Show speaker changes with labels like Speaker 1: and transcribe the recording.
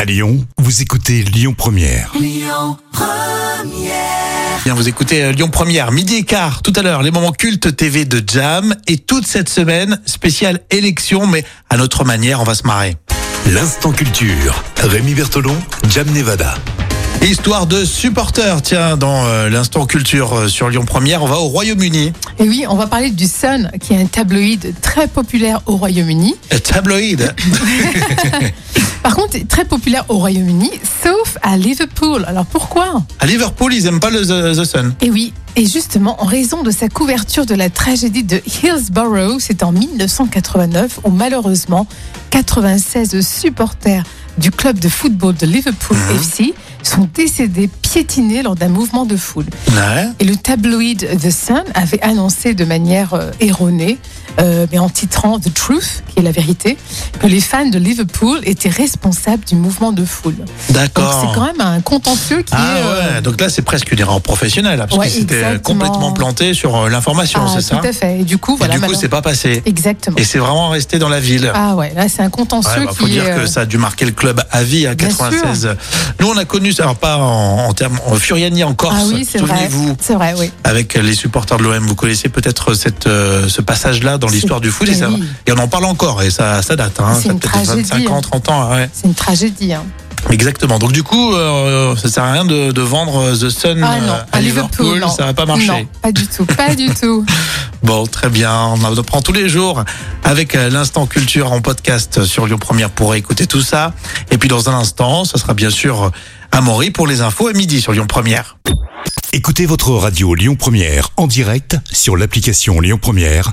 Speaker 1: À Lyon, vous écoutez Lyon Première.
Speaker 2: Bien, vous écoutez euh, Lyon Première, midi et quart, tout à l'heure, les moments cultes TV de Jam. Et toute cette semaine, spéciale élection, mais à notre manière, on va se marrer.
Speaker 1: L'instant culture. Rémi Bertolon, Jam Nevada.
Speaker 2: Histoire de supporters, tiens, dans euh, l'instant culture euh, sur Lyon Première, on va au Royaume-Uni.
Speaker 3: Et oui, on va parler du Sun, qui est un tabloïd très populaire au Royaume-Uni.
Speaker 2: Euh, Tabloïd.
Speaker 3: Par contre, très populaire au Royaume-Uni, sauf à Liverpool. Alors pourquoi
Speaker 2: À Liverpool, ils aiment pas le euh, The, The Sun.
Speaker 3: Et oui, et justement en raison de sa couverture de la tragédie de Hillsborough, c'est en 1989 où malheureusement 96 supporters du club de football de Liverpool FC sont décédés piétinés lors d'un mouvement de foule.
Speaker 2: Ouais.
Speaker 3: Et le tabloïd The Sun avait annoncé de manière euh, erronée, euh, mais en titrant The Truth, qui est la vérité, que les fans de Liverpool étaient responsables du mouvement de foule. Donc
Speaker 2: D'accord.
Speaker 3: c'est quand même un contentieux qui
Speaker 2: Ah
Speaker 3: est... euh,
Speaker 2: ouais, donc là c'est presque une erreur professionnelle, là, parce
Speaker 3: Ouais,
Speaker 2: que c'était euh,
Speaker 3: exactement.
Speaker 2: complètement planté sur euh, l'information,
Speaker 3: ah,
Speaker 2: c'est ça
Speaker 3: Tout à fait. Et du coup,
Speaker 2: Et
Speaker 3: voilà.
Speaker 2: du coup
Speaker 3: maintenant-
Speaker 2: c'est pas passé.
Speaker 3: Exactement.
Speaker 2: Et c'est vraiment resté dans la ville.
Speaker 3: Ah ouais, là c'est un
Speaker 2: Ouais,
Speaker 3: contentieux
Speaker 2: bah,
Speaker 3: qui
Speaker 2: faut dire
Speaker 3: est,
Speaker 2: que
Speaker 3: euh,
Speaker 2: ça a dû marquer le club à vie à
Speaker 3: Bien
Speaker 2: 96. Nous, on a connu ça, alors pas en, en termes en Furiani en Corse.
Speaker 3: Ah oui, c'est vrai.
Speaker 2: Souvenez-vous,
Speaker 3: C'est vrai, oui.
Speaker 2: avec les supporters de l'OM, vous connaissez peut-être cette, euh, ce passage-là dans
Speaker 3: C'est-
Speaker 2: l'histoire du foot. Et,
Speaker 3: Ah
Speaker 2: ça,
Speaker 3: oui.
Speaker 2: et on en parle encore, et ça, ça date. Hein,
Speaker 3: C'est
Speaker 2: ça a
Speaker 3: une
Speaker 2: peut-être
Speaker 3: tragédie,
Speaker 2: 25 ans,
Speaker 3: hein.
Speaker 2: 30 ans. ouais.
Speaker 3: C'est une tragédie. hein.
Speaker 2: Exactement. Donc du coup, euh, ça sert à rien de, de vendre The Sun
Speaker 3: Ah non,
Speaker 2: euh, à, Liverpool,
Speaker 3: non.
Speaker 2: ça va pas marcher.
Speaker 3: Non, pas du tout, pas du tout.
Speaker 2: Bon, très bien. On en prend tous les jours avec euh, l'instant culture en podcast sur Lyon Première pour écouter tout ça. Et puis dans un instant, ce sera bien sûr à Maury pour les infos à midi sur Lyon Première.
Speaker 1: Écoutez votre radio Lyon Première en direct sur l'application Lyon Première,